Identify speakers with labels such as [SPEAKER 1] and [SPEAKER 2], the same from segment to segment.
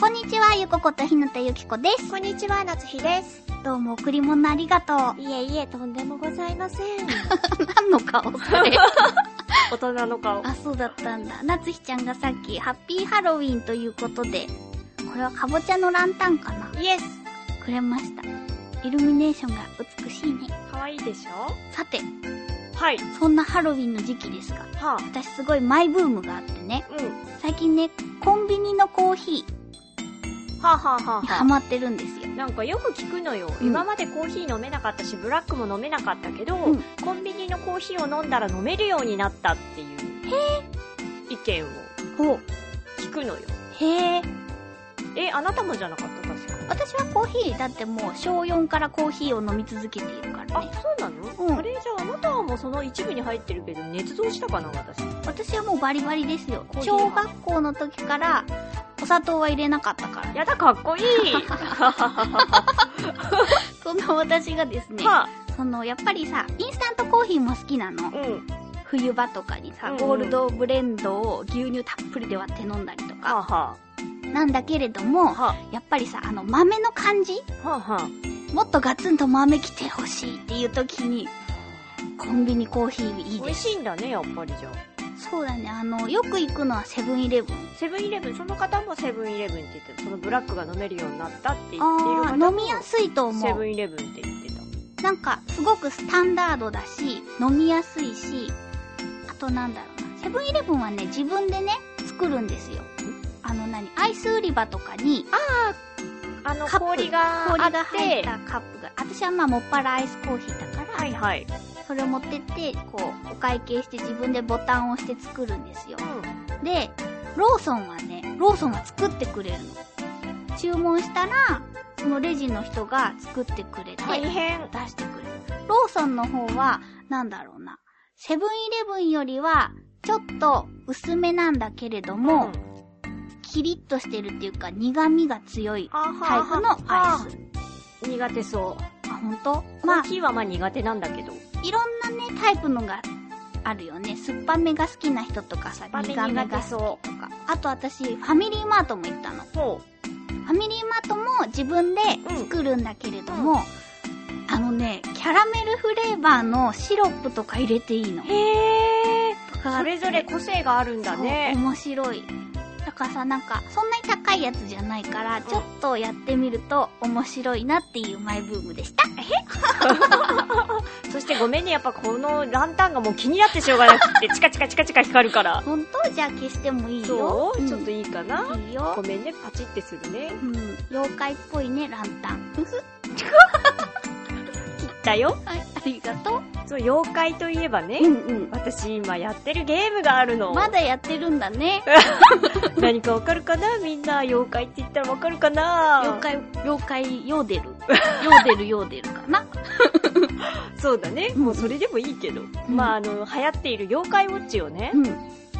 [SPEAKER 1] こんにちはゆこことひなたゆきこです
[SPEAKER 2] こんにちは、夏日です。
[SPEAKER 1] どうも贈り物ありがとう
[SPEAKER 2] いえいえ、とんでもございません。
[SPEAKER 1] 何の顔そ れ
[SPEAKER 2] 大人の顔。
[SPEAKER 1] あ、そうだったんだ。なつひちゃんがさっき、ハッピーハロウィンということで、これはかぼちゃのランタンかな
[SPEAKER 2] イエス
[SPEAKER 1] くれました。イルミネーションが美しいね。
[SPEAKER 2] かわいいでしょ
[SPEAKER 1] さて、
[SPEAKER 2] はい。
[SPEAKER 1] そんなハロウィンの時期ですが、
[SPEAKER 2] はあ。
[SPEAKER 1] 私すごいマイブームがあってね、
[SPEAKER 2] うん。
[SPEAKER 1] 最近ね、コンビニのコーヒ
[SPEAKER 2] はあ、はあ
[SPEAKER 1] ー
[SPEAKER 2] は
[SPEAKER 1] に
[SPEAKER 2] あ
[SPEAKER 1] ハ
[SPEAKER 2] は
[SPEAKER 1] マってるんですよ
[SPEAKER 2] あ、。なんかよく聞くのよ、
[SPEAKER 1] うん
[SPEAKER 2] 今までコーヒー飲めなかったし、ブラックも飲めなかったけど、
[SPEAKER 1] うん
[SPEAKER 2] コンビニのコーヒーを飲んだら飲めるようになったっていう、意見を
[SPEAKER 1] ほう。
[SPEAKER 2] 聞くのよ。
[SPEAKER 1] へえ。
[SPEAKER 2] え、あなたもじゃなかった確か。
[SPEAKER 1] 私はコーヒー、だってもう小4からコーヒーを飲み続けているから
[SPEAKER 2] あ
[SPEAKER 1] ね。、
[SPEAKER 2] そうな
[SPEAKER 1] う
[SPEAKER 2] の、
[SPEAKER 1] ん
[SPEAKER 2] あれじゃああなたはもうその一部に入ってるけど、捏造したかな私。
[SPEAKER 1] 私はもうバリバリですよ
[SPEAKER 2] コ。ーヒー
[SPEAKER 1] 小
[SPEAKER 2] は
[SPEAKER 1] 学校の時から、お砂糖は入れなかったから。
[SPEAKER 2] やだ、かっ こいいは
[SPEAKER 1] そんな私がですね、
[SPEAKER 2] あ、
[SPEAKER 1] そのやっぱりさ、インスタントコーヒーも好きなの
[SPEAKER 2] う。ん。
[SPEAKER 1] 冬場とかにさ、
[SPEAKER 2] うん
[SPEAKER 1] ゴールドブレンドを牛乳たっぷりで割って飲んだりと
[SPEAKER 2] はあ、
[SPEAKER 1] か。
[SPEAKER 2] は
[SPEAKER 1] なんだけれど
[SPEAKER 2] あ、
[SPEAKER 1] も、
[SPEAKER 2] は
[SPEAKER 1] やっぱりさ、あの豆の感じ
[SPEAKER 2] あ、はあ、はあ。
[SPEAKER 1] もっとガツンと豆来てほしいっていう時に、コンビニコーヒーいい
[SPEAKER 2] 美
[SPEAKER 1] で
[SPEAKER 2] 味
[SPEAKER 1] す。
[SPEAKER 2] しいんだね、やっぱりじゃあ。
[SPEAKER 1] そうだね、あの、よく行くのはセブンイレブン。
[SPEAKER 2] セブンイレブン、その方もセブンイレブンって言ってた。そのブラックが飲めるようになったって言っている
[SPEAKER 1] あ
[SPEAKER 2] 方
[SPEAKER 1] ー
[SPEAKER 2] も
[SPEAKER 1] 飲みやすいと思
[SPEAKER 2] セブ
[SPEAKER 1] う。
[SPEAKER 2] ンイレブンって言ってた。
[SPEAKER 1] なんか、すごくスタンダードだし、飲みやすいし、あとなんだろうな。セブンイレブンはね、自分でね、作るんですよ。あの何、アイス売り場とかに、
[SPEAKER 2] あの、
[SPEAKER 1] カップ
[SPEAKER 2] 氷が
[SPEAKER 1] 氷
[SPEAKER 2] あっ、
[SPEAKER 1] が入ってたカップが。私はまあ、もっぱらアイスコーヒーだから、
[SPEAKER 2] はいはい。
[SPEAKER 1] それを持ってって、こう、お会計して自分でボタンを押して作るんですよ。で、ローソンはね、ローソンが作ってくれるの。注文したら、そのレジの人が作ってくれて、
[SPEAKER 2] 大変。
[SPEAKER 1] 出してくれる。ローソンの方は、なんだろうな。セブンイレブンよりは、ちょっと薄めなんだけれども、
[SPEAKER 2] ん
[SPEAKER 1] キリッとしてるっていうか苦味が強い
[SPEAKER 2] はあは
[SPEAKER 1] タイ
[SPEAKER 2] あ
[SPEAKER 1] プのアイス。
[SPEAKER 2] ス。苦手そう。
[SPEAKER 1] あ、ほんと
[SPEAKER 2] コ
[SPEAKER 1] ま
[SPEAKER 2] ー
[SPEAKER 1] あ、
[SPEAKER 2] ヒーはまあ苦手なんだけど。
[SPEAKER 1] いろんなね、タイプのがあるよね。酸っぱめが好きな人とかさ、
[SPEAKER 2] パ
[SPEAKER 1] 苦
[SPEAKER 2] メ
[SPEAKER 1] めが
[SPEAKER 2] 苦手
[SPEAKER 1] 好きと
[SPEAKER 2] そ
[SPEAKER 1] か。あと私、ファミリーマートも行ったの。
[SPEAKER 2] う。ほ
[SPEAKER 1] ファミリーマートも自分で作るんだけれども、あのね、キャラメルフレーバーのシロップとか入れていいの
[SPEAKER 2] う。。へー。
[SPEAKER 1] とか
[SPEAKER 2] それぞれ個性があるんだね
[SPEAKER 1] そう。面白い。だからさ、なんか、そんなに高いやつじゃないから、ちょっとやってみると面白いなっていうマイブームでした。
[SPEAKER 2] そしてごめんね、やっぱこのランタンがもう気になってしょうがなくて、チカチカチカチ カ光るから。
[SPEAKER 1] ほんとじゃあ消してもいい
[SPEAKER 2] そ
[SPEAKER 1] よ。
[SPEAKER 2] う、
[SPEAKER 1] ん
[SPEAKER 2] ちょっといいかない
[SPEAKER 1] いよ
[SPEAKER 2] ご。めんね、パチってするね。
[SPEAKER 1] うん、妖怪っぽいね、ランタン。ふふ。
[SPEAKER 2] だよ。
[SPEAKER 1] はい、ありがとう。
[SPEAKER 2] そう、妖怪といえばね、
[SPEAKER 1] うんうん。
[SPEAKER 2] 私今やってるゲームがあるの。
[SPEAKER 1] まだやってるんだね。
[SPEAKER 2] 何かわかるかなみんな、妖怪って言ったらわかるかな
[SPEAKER 1] 妖。怪、妖怪、ヨーデル。ヨーデル、ヨーデルかな。
[SPEAKER 2] そうだね。
[SPEAKER 1] うん
[SPEAKER 2] もうそれでもいいけど。
[SPEAKER 1] ん
[SPEAKER 2] まあ、あの、流行っている妖怪ウォッチをね、
[SPEAKER 1] うん。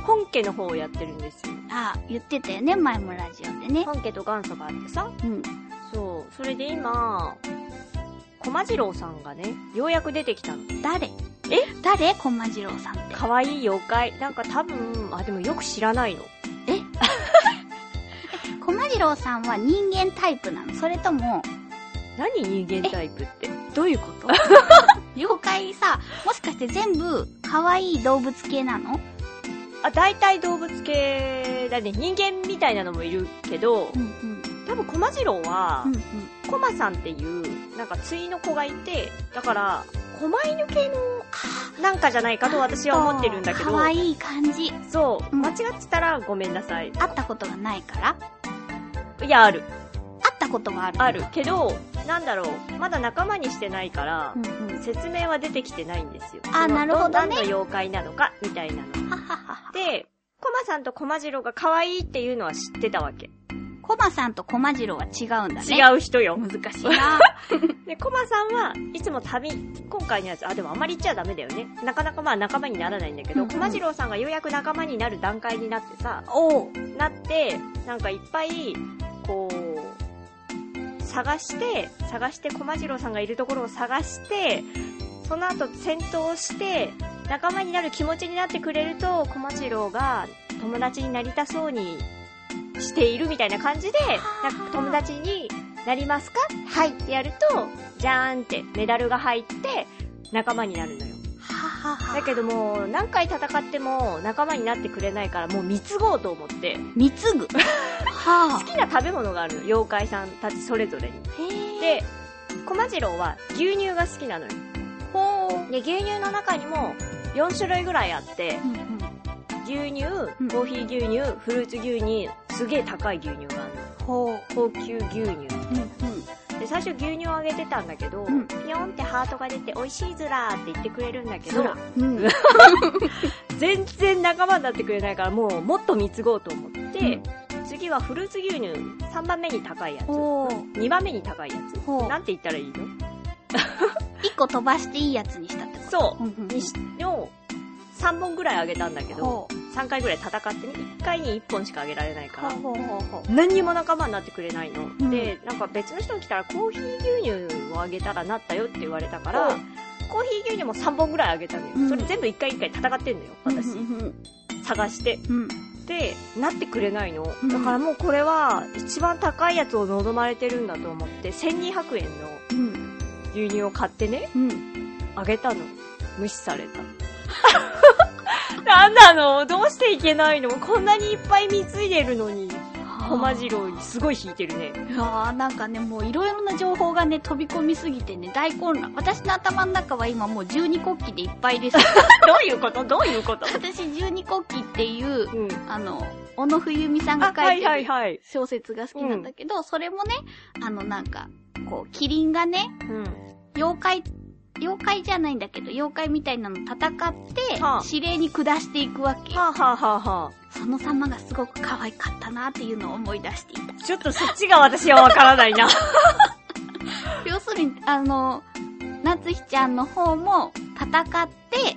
[SPEAKER 2] 本家の方をやってるんですよ。
[SPEAKER 1] あ、言ってたよね、前もラジオでね。
[SPEAKER 2] 本家と元祖があってさ、
[SPEAKER 1] うん。
[SPEAKER 2] そう、それで今、駒次郎さんがね、ようやく出てきたの。
[SPEAKER 1] 誰え誰駒次郎さんって。
[SPEAKER 2] 可愛い妖怪。なんか多分、あ、でもよく知らないの。
[SPEAKER 1] 駒次郎さんは人間タイプなのそれとも、
[SPEAKER 2] 何人間タイプって。
[SPEAKER 1] どういうこと妖怪さ、もしかして全部可愛い動物系なの
[SPEAKER 2] あ、大体動物系だね。人間みたいなのもいるけど、
[SPEAKER 1] んうん。
[SPEAKER 2] 多分駒次郎は
[SPEAKER 1] う、んうん。
[SPEAKER 2] コマさんっていう、なんか、対の子がいて、だから、狛犬系の、なんかじゃないかと私は思ってるんだけど
[SPEAKER 1] 可、愛い感じ。
[SPEAKER 2] そう、
[SPEAKER 1] うん
[SPEAKER 2] 間違ってたらごめんなさい。
[SPEAKER 1] 会ったことがないから
[SPEAKER 2] いや、ある。
[SPEAKER 1] 会ったことがある。
[SPEAKER 2] あるけど、なんだろう、まだ仲間にしてないから
[SPEAKER 1] う、んうん。
[SPEAKER 2] 説明は出てきてないんですよ。
[SPEAKER 1] あ
[SPEAKER 2] その
[SPEAKER 1] なるほどね
[SPEAKER 2] 何の妖怪なのか、みたいなの。
[SPEAKER 1] はははは。
[SPEAKER 2] で、コマさんとコマジロが可愛いっていうのは知ってたわけ。
[SPEAKER 1] コマさんとコマジロは違うんだね。
[SPEAKER 2] 違う人よ。
[SPEAKER 1] 難しい な。
[SPEAKER 2] で、コマさんはいつも旅、今回のやつ、あ、でもあんまり言っちゃダメだよね。なかなかまあ仲間にならないんだけ
[SPEAKER 1] う
[SPEAKER 2] ど、
[SPEAKER 1] んうん
[SPEAKER 2] コマジロさんがようやく仲間になる段階になってさ、
[SPEAKER 1] おう。
[SPEAKER 2] なって、なんかいっぱい、こう、探して、探して、駒次郎さんがいるところを探して、その後戦闘して、仲間になる気持ちになってくれると、駒次郎が友達になりたそうにしているみたいな感じで、なんか友達になりますかはいってやると、じゃーんってメダルが入って、仲間になるのよ。
[SPEAKER 1] はは
[SPEAKER 2] だ
[SPEAKER 1] は。
[SPEAKER 2] けどもう、何回戦っても仲間になってくれないから、もう貢ごうと思って、
[SPEAKER 1] 貢 ぐ。はあ
[SPEAKER 2] 好。きな食べ物があるの妖怪さんたちそれぞれに
[SPEAKER 1] へえ。
[SPEAKER 2] で駒次郎は牛乳が好きなのよ
[SPEAKER 1] ほう。
[SPEAKER 2] で牛乳の中にも4種類ぐらいあって
[SPEAKER 1] うんうん。
[SPEAKER 2] 牛乳
[SPEAKER 1] うん
[SPEAKER 2] コーヒー牛乳フルーツ牛乳すげえ高い牛乳がある
[SPEAKER 1] ほう。
[SPEAKER 2] の高級牛乳
[SPEAKER 1] うんうん。
[SPEAKER 2] で最初牛乳をあげてたんだけど、
[SPEAKER 1] うん
[SPEAKER 2] ピヨンってハートが出て美味しいずらーって言ってくれるんだけ
[SPEAKER 1] ず
[SPEAKER 2] ど
[SPEAKER 1] ら。うん。うん
[SPEAKER 2] 全然仲間になってくれないからもうもっと貢ごうと思って、次はフルーツ牛乳3番目に高いやつ
[SPEAKER 1] ほう。
[SPEAKER 2] 2番目に高いやつ
[SPEAKER 1] ほう
[SPEAKER 2] なんて言ったらいいの
[SPEAKER 1] 一個飛ばしていいやつにしたってこ
[SPEAKER 2] そう
[SPEAKER 1] と。うんうんうん
[SPEAKER 2] にしの3本ぐらいあげたんだけど
[SPEAKER 1] ほう。
[SPEAKER 2] 3回ぐらい戦ってね1回に1本しかあげられないか
[SPEAKER 1] ほう
[SPEAKER 2] ら
[SPEAKER 1] ほうほうほう。
[SPEAKER 2] 何にも仲間になってくれないの、
[SPEAKER 1] うん
[SPEAKER 2] でなんか別の人が来たらコーヒー牛乳をあげたらなったよって言われたか
[SPEAKER 1] ほう
[SPEAKER 2] らコーヒー牛乳も3本ぐらいあげたのよ、
[SPEAKER 1] うん
[SPEAKER 2] それ全部1回1回戦ってんのよ私、
[SPEAKER 1] うん
[SPEAKER 2] 探して
[SPEAKER 1] うんうん。
[SPEAKER 2] でなってくれないの、
[SPEAKER 1] うん
[SPEAKER 2] だからもうこれは一番高いやつを望まれてるんだと思って1200円の
[SPEAKER 1] うん。
[SPEAKER 2] 牛乳を買ってね
[SPEAKER 1] うん。
[SPEAKER 2] あげたの。無視された。 なんなのどうしていけないのこんなにいっぱい貢いでるのに。コマジロにすごい引いてる ね。
[SPEAKER 1] ああ、なんかね、もういろいろな情報がね、飛び込みすぎてね、大混乱。私の頭の中は今もう十二国旗でいっぱい です。
[SPEAKER 2] どういうことどういうこと
[SPEAKER 1] 私、十二国旗っていう、
[SPEAKER 2] うん。
[SPEAKER 1] あの、小野冬美さんが
[SPEAKER 2] あ、
[SPEAKER 1] 書
[SPEAKER 2] はいい
[SPEAKER 1] て
[SPEAKER 2] はい
[SPEAKER 1] る
[SPEAKER 2] はい。
[SPEAKER 1] 小説が好きなんだけど、それもね、あの、なんか、こう、キリンがね、
[SPEAKER 2] うん。
[SPEAKER 1] 妖怪、妖怪じゃないんだけど、妖怪みたいなの戦って、
[SPEAKER 2] はあ
[SPEAKER 1] 指令に下していくわけ。
[SPEAKER 2] はあ、はあはあは
[SPEAKER 1] その様がすごく可愛かったなっていうのを思い出していた。
[SPEAKER 2] あ、ちょっとそっちが私はわからないな。
[SPEAKER 1] 要するに、あの、夏日ちゃんの方も戦って、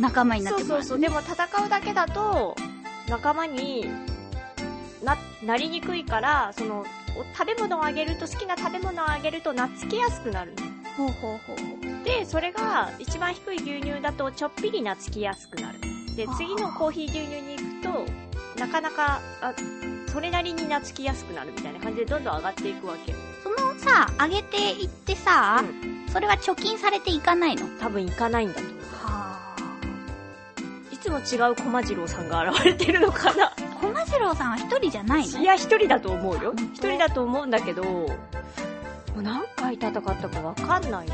[SPEAKER 1] 仲間になっ て
[SPEAKER 2] そう
[SPEAKER 1] も
[SPEAKER 2] そ
[SPEAKER 1] ら
[SPEAKER 2] う
[SPEAKER 1] う。
[SPEAKER 2] そう。でも戦うだけだと、仲間にな、なりにくいから、その、お食べ物をあげると、好きな食べ物をあげると、懐きやすくなるの。
[SPEAKER 1] ほうほうほうほう。
[SPEAKER 2] で、それが一番低い牛乳だとちょっぴり懐きやすくなる。で
[SPEAKER 1] あー、
[SPEAKER 2] 次のコーヒー牛乳に行くと、なかなか、あ、それなりに懐きやすくなるみたいな感じでどんどん上がっていくわけ。
[SPEAKER 1] そのさ、上げていってさ、それは貯金されていかないの。は
[SPEAKER 2] 多分行かないんだと思う。
[SPEAKER 1] あ。
[SPEAKER 2] いつも違う駒次郎さんが現れてるのかな。
[SPEAKER 1] 駒次郎さんは一人じゃないの
[SPEAKER 2] いや、一人だと思うよ
[SPEAKER 1] 本。当
[SPEAKER 2] 一人だと思うんだけど、もう何回戦ったかわかんない。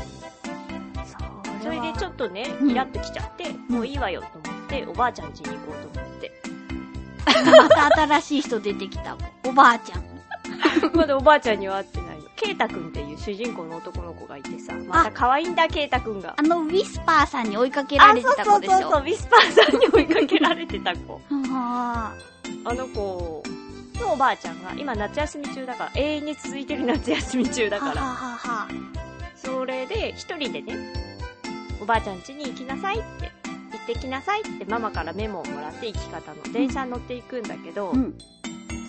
[SPEAKER 1] そ
[SPEAKER 2] それでちょ
[SPEAKER 1] っ
[SPEAKER 2] っとね、
[SPEAKER 1] うん
[SPEAKER 2] イラっときちゃって、もういいわよと思って、おばあちゃん家に行こうと思って。
[SPEAKER 1] と、また新しい人出てきた。おばあちゃん。
[SPEAKER 2] まだおばあちゃんには会ってないの。ケイタくんっていう主人公の男の子がいてさ、また可愛いんだ、ケイタくんが
[SPEAKER 1] あ。の、ウィスパーさんに追いかけられてた子でしょ。
[SPEAKER 2] あそうそうそうそう、ウィスパーさんに追いかけられてた子。
[SPEAKER 1] はあ
[SPEAKER 2] あの子のおばあちゃんが、今夏休み中だから、永遠に続いてる夏休み中だ
[SPEAKER 1] は
[SPEAKER 2] か
[SPEAKER 1] は
[SPEAKER 2] ら、
[SPEAKER 1] はは
[SPEAKER 2] それで一人でね、おばあちゃん家に行きなさいって、行ってきなさいってママからメモをもらって行き方の電車に乗っていくんだけど、
[SPEAKER 1] うん。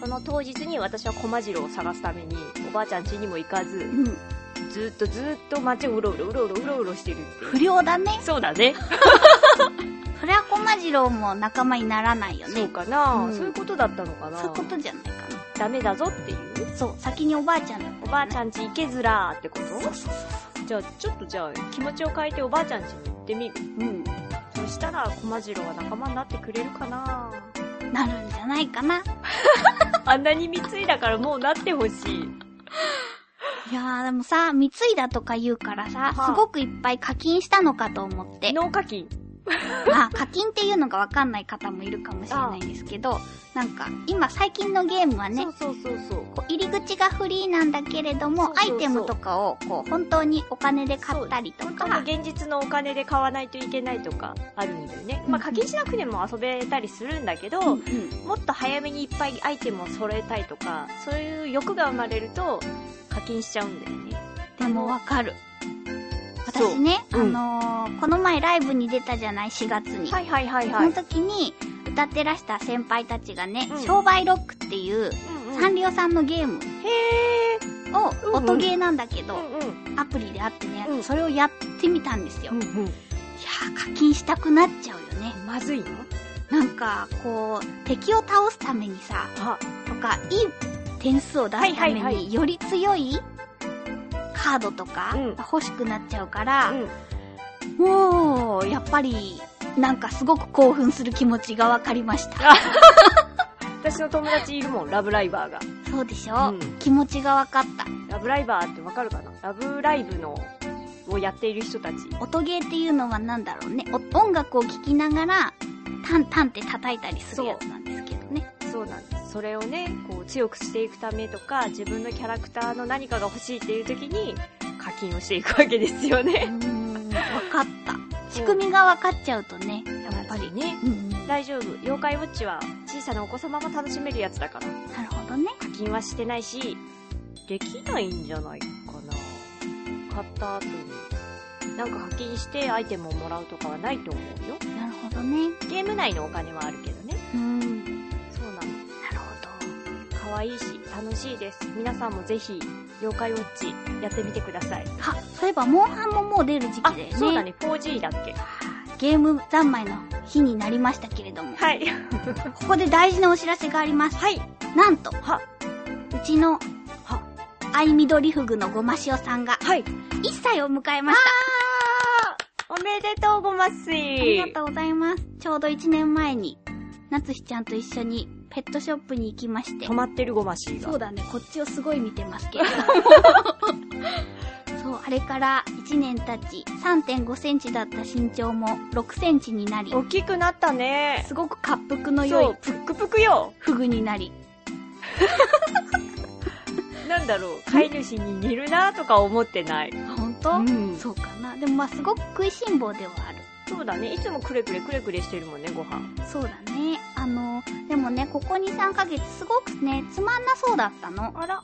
[SPEAKER 2] その当日に私は駒次郎を探すために、おばあちゃん家にも行かず、
[SPEAKER 1] うん。
[SPEAKER 2] ずーっとずーっと街をうろうろうろうろうろうろしてるっていう
[SPEAKER 1] 不良だね。
[SPEAKER 2] そうだね。
[SPEAKER 1] そりゃ駒次郎も仲間にならないよ
[SPEAKER 2] そう
[SPEAKER 1] ね。
[SPEAKER 2] かな、
[SPEAKER 1] うん
[SPEAKER 2] そういうことだったのかな
[SPEAKER 1] そういうことじゃないかな。
[SPEAKER 2] ダメだぞっていう。
[SPEAKER 1] そう、先におばあちゃんだった、ね。
[SPEAKER 2] おばあちゃん家行けずらーってこと
[SPEAKER 1] そうそう
[SPEAKER 2] じゃあ、ちょっとじゃあ、気持ちを変えておばあちゃん家に行ってみる。
[SPEAKER 1] そう。う。
[SPEAKER 2] そしたら、駒次郎は仲間になってくれるかなん
[SPEAKER 1] なるんじゃないかな。
[SPEAKER 2] あんなに貢いだからもうなってほしい。
[SPEAKER 1] いやーでもさ、貢いだとか言うからさ、
[SPEAKER 2] はあ
[SPEAKER 1] すごくいっぱい課金したのかと思って。
[SPEAKER 2] 脳課金。
[SPEAKER 1] まあ課金っていうのがわかんない方もいるかもしれないんですけど、なんか今最近のゲームはね
[SPEAKER 2] そ、うそうそうそう。
[SPEAKER 1] こう入り口がフリーなんだけれども
[SPEAKER 2] そうそうそう
[SPEAKER 1] アイテムとかをこう本当にお金で買ったりと
[SPEAKER 2] 本当
[SPEAKER 1] か
[SPEAKER 2] は現実のお金で買わないといけないとかあるんだよね。
[SPEAKER 1] うん
[SPEAKER 2] まあ課金しなくても遊べたりするんだけど、
[SPEAKER 1] うんうん
[SPEAKER 2] もっと早めにいっぱいアイテムを揃えたいとか、そういう欲が生まれると課金しちゃうんだよね。
[SPEAKER 1] でもわかる
[SPEAKER 2] そう
[SPEAKER 1] 私ね、
[SPEAKER 2] うん
[SPEAKER 1] あのーこの前ライブに出たじゃない4月に、
[SPEAKER 2] はいはいはいはい。
[SPEAKER 1] その時に歌ってらした先輩たちがね、
[SPEAKER 2] うん
[SPEAKER 1] 商売ロックっていう
[SPEAKER 2] うんうん
[SPEAKER 1] サンリオさんのゲーム
[SPEAKER 2] へ
[SPEAKER 1] を、
[SPEAKER 2] うんうん
[SPEAKER 1] 音ゲーなんだけど、
[SPEAKER 2] ー。
[SPEAKER 1] アプリであってね、
[SPEAKER 2] うん
[SPEAKER 1] それをやってみたんですよ、
[SPEAKER 2] うん
[SPEAKER 1] いや
[SPEAKER 2] うん。うんうん。
[SPEAKER 1] ー課金したくなっちゃうよね
[SPEAKER 2] まずいの
[SPEAKER 1] なんかこう敵を倒すためにさ
[SPEAKER 2] あ、
[SPEAKER 1] とかいい点数を出すため
[SPEAKER 2] はいはいは
[SPEAKER 1] により強いカードとか
[SPEAKER 2] うん
[SPEAKER 1] 欲しくなっちゃうから、
[SPEAKER 2] うん。
[SPEAKER 1] もうやっぱりなんかすごく興奮する気持ちが分かりました
[SPEAKER 2] 私の友達いるもん、ラブライバーが。
[SPEAKER 1] そうでしょ、
[SPEAKER 2] うん
[SPEAKER 1] 気持ちが分かった
[SPEAKER 2] ラブライバーってわかるかなラブライブの、をやっている人たち。
[SPEAKER 1] 音ゲーっていうのは何だろうねお音楽を聴きながらタンタンって叩いたりするやつなんですけどね
[SPEAKER 2] そうなんです。それをね、こう強くしていくためとか、自分のキャラクターの何かが欲しいっていう時に、課金をしていくわけですよ
[SPEAKER 1] う
[SPEAKER 2] ね。
[SPEAKER 1] ーん分かった仕組みが分かっちゃうとねやっぱり、
[SPEAKER 2] ね。
[SPEAKER 1] うん、な
[SPEAKER 2] 大丈夫。妖怪ウォッチは小さなお子様も楽しめるやつだから。
[SPEAKER 1] るほどね
[SPEAKER 2] 課金はしてないし、できないんじゃないかな。買った後に。なんか課金してアイテムをもらうとかはないと思うよ。
[SPEAKER 1] なるほどね
[SPEAKER 2] ゲーム内のお金はあるけどね。
[SPEAKER 1] うんなる
[SPEAKER 2] そうなの。
[SPEAKER 1] ほど
[SPEAKER 2] 可愛いし楽しいです皆さんもぜひ妖怪ウォッチやってみてください
[SPEAKER 1] あ、そういえば、モンハンももう出る時期
[SPEAKER 2] あ
[SPEAKER 1] だよね。
[SPEAKER 2] そうだね 4G だっけ
[SPEAKER 1] ゲーム三昧の日になりましたけれども、
[SPEAKER 2] はい
[SPEAKER 1] ここで大事なお知らせがあります。
[SPEAKER 2] はい
[SPEAKER 1] なんと、
[SPEAKER 2] は
[SPEAKER 1] うちの、
[SPEAKER 2] は
[SPEAKER 1] アイミドリフグのごましおさんが、
[SPEAKER 2] はい
[SPEAKER 1] 1歳を迎えました。
[SPEAKER 2] おめでとうごます
[SPEAKER 1] ありがとうございます。ちょうど1年前に、なつひちゃんと一緒にペットショップに行きまして
[SPEAKER 2] 止、まってるごましが
[SPEAKER 1] そうだね、こっちをすごい見てますけれど。 そう、あれから1年経ち、3.5センチだった身長も6センチになり、
[SPEAKER 2] 大きくなったね
[SPEAKER 1] すごく滑覆の良
[SPEAKER 2] そ
[SPEAKER 1] いう
[SPEAKER 2] ぷっくぷくよ
[SPEAKER 1] フグになり、
[SPEAKER 2] なんだろう飼い主に似るなとか思ってない
[SPEAKER 1] あ本当、
[SPEAKER 2] ん
[SPEAKER 1] そうかな。でもまあすごく食いしん坊ではある。
[SPEAKER 2] そうだねいつもくれくれくれくれしてるもんねご飯
[SPEAKER 1] そうだね。あの、でもね、ここ2、3ヶ月すごくね、つまんなそうだったの。
[SPEAKER 2] あら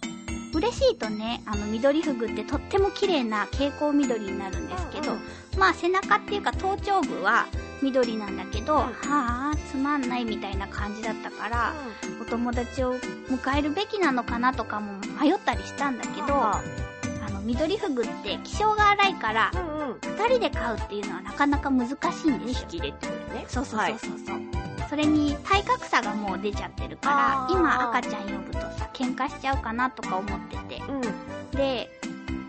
[SPEAKER 1] 嬉しいとね、あの、緑フグってとっても綺麗な蛍光緑になるんですけど、
[SPEAKER 2] うん
[SPEAKER 1] まあ背中っていうか頭頂部は緑なんだけど、
[SPEAKER 2] うん
[SPEAKER 1] はあ、つまんないみたいな感じだったから、お友達を迎えるべきなのかなとかも迷ったりしたんだけど、あの、緑フグって気性が荒いから、
[SPEAKER 2] うんうんうん
[SPEAKER 1] 二人で飼うっていうのはなかなか難しいんで
[SPEAKER 2] 2
[SPEAKER 1] すよ。
[SPEAKER 2] 匹でってことね
[SPEAKER 1] そうそう
[SPEAKER 2] は
[SPEAKER 1] そ
[SPEAKER 2] いう
[SPEAKER 1] そうそう。それに体格差がもう出ちゃってるか
[SPEAKER 2] あ
[SPEAKER 1] ら、
[SPEAKER 2] ー
[SPEAKER 1] 今赤ちゃん呼ぶとさ、喧嘩しちゃうかなとか思ってて。
[SPEAKER 2] うん
[SPEAKER 1] で、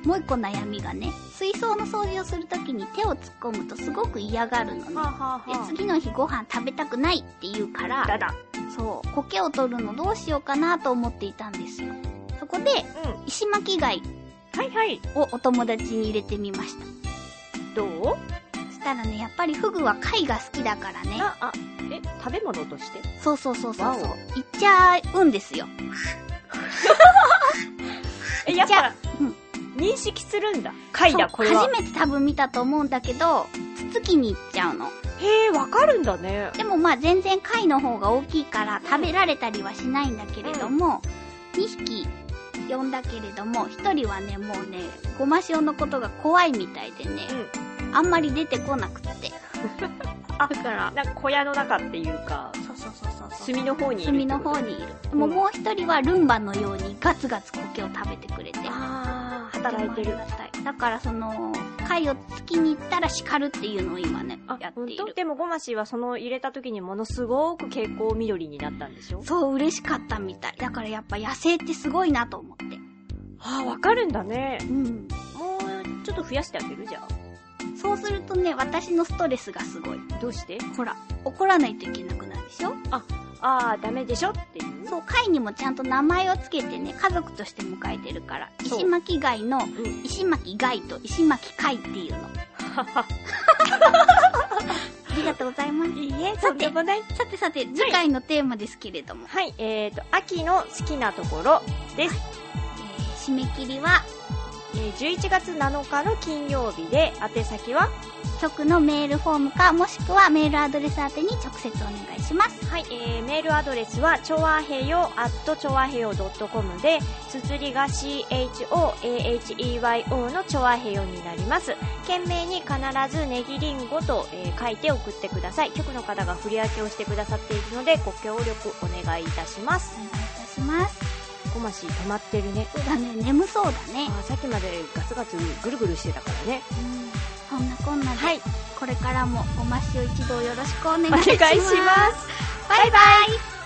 [SPEAKER 1] もう一個悩みがね、水槽の掃除をするときに手を突っ込むとすごく嫌がるのね。
[SPEAKER 2] はあはあ
[SPEAKER 1] で
[SPEAKER 2] は、あ
[SPEAKER 1] 次の日ご飯食べたくないって言うから、
[SPEAKER 2] だだ
[SPEAKER 1] そう、苔を取るのどうしようかなと思っていたんですよ。そこで、
[SPEAKER 2] うん
[SPEAKER 1] 石巻貝
[SPEAKER 2] はいはい。
[SPEAKER 1] をお友達に入れてみました。
[SPEAKER 2] どう
[SPEAKER 1] そしたらね、やっぱりフグは貝が好きだからね。
[SPEAKER 2] あ、あ、え、食べ物として
[SPEAKER 1] そうそうそうそうそう
[SPEAKER 2] わ。
[SPEAKER 1] 行っちゃうんですよ。
[SPEAKER 2] え、やっぱ、
[SPEAKER 1] うん
[SPEAKER 2] 認識するんだ。貝だ、
[SPEAKER 1] そう
[SPEAKER 2] これは
[SPEAKER 1] 初。めて多分見たと思うんだけど、つつきに行っちゃうの。
[SPEAKER 2] へえ、わかるんだね。
[SPEAKER 1] でもまあ全然貝の方が大きいから食べられたりはしないんだけれども、2匹呼んだけれども、1人はね、もうね、ごま塩のことが怖いみたいでね、あんまり出てこなくって。
[SPEAKER 2] あ
[SPEAKER 1] だから、
[SPEAKER 2] なんか小屋の中っていうか、
[SPEAKER 1] そうそうそうそうそう。
[SPEAKER 2] 炭の方にいる。
[SPEAKER 1] 炭の方。にいる。でも
[SPEAKER 2] うん
[SPEAKER 1] もう1人はルンバのようにガツガツ苔を食べてくれて。
[SPEAKER 2] あー、働いてる。
[SPEAKER 1] だからその、貝を突きに行ったら叱るっていうのを今ね
[SPEAKER 2] あ、、
[SPEAKER 1] やって
[SPEAKER 2] ほん
[SPEAKER 1] い
[SPEAKER 2] と
[SPEAKER 1] る。
[SPEAKER 2] でもゴマシはその入れた時にものすごく蛍光緑になったんでしょ
[SPEAKER 1] そう、嬉しかったみたい。だからやっぱ野生ってすごいなと思って。
[SPEAKER 2] あー、わかるんだね。
[SPEAKER 1] うん。
[SPEAKER 2] もう、ちょっと増やしてあげるじゃあ。
[SPEAKER 1] そうするとね、私のストレスがすごい。
[SPEAKER 2] どうして
[SPEAKER 1] ほら、怒らないといけなくなるでしょ
[SPEAKER 2] あー、ダメでしょっていう。
[SPEAKER 1] そう、貝にもちゃんと名前をつけてね、家族として迎えてるから、
[SPEAKER 2] そう
[SPEAKER 1] 石巻貝の、
[SPEAKER 2] う ん。
[SPEAKER 1] 石巻貝と石巻貝っていうの。りがとうございます。
[SPEAKER 2] いいえ、
[SPEAKER 1] さて
[SPEAKER 2] とんでもない。
[SPEAKER 1] さてさて、次回のテーマですけれども、
[SPEAKER 2] はい、えーと、秋の好きなところです。
[SPEAKER 1] えー締め切りは
[SPEAKER 2] えー11月7日の金曜日で、宛先は、
[SPEAKER 1] 局のメールフォームか、もしくはメールアドレス宛てに直接お願いします。
[SPEAKER 2] はい、えー、メールアドレスは、ちょわへよ、アットちょわへよ .com で、綴りが CHOAHEYO のちょわへよになります。件名に必ずネギリンゴと、えー書いて送ってください。局の方が振り分けをしてくださっているので、ご協力お願いいたします
[SPEAKER 1] お。願いいたします。
[SPEAKER 2] こまし止まってるね。
[SPEAKER 1] そうだね、眠そうだね。
[SPEAKER 2] あさっきまでガツガツぐるぐるしてたからね。
[SPEAKER 1] そんなこんなで、
[SPEAKER 2] はい、
[SPEAKER 1] これからもおましを一同よろしくお願
[SPEAKER 2] お
[SPEAKER 1] いします。
[SPEAKER 2] 願いします。
[SPEAKER 1] バイバイ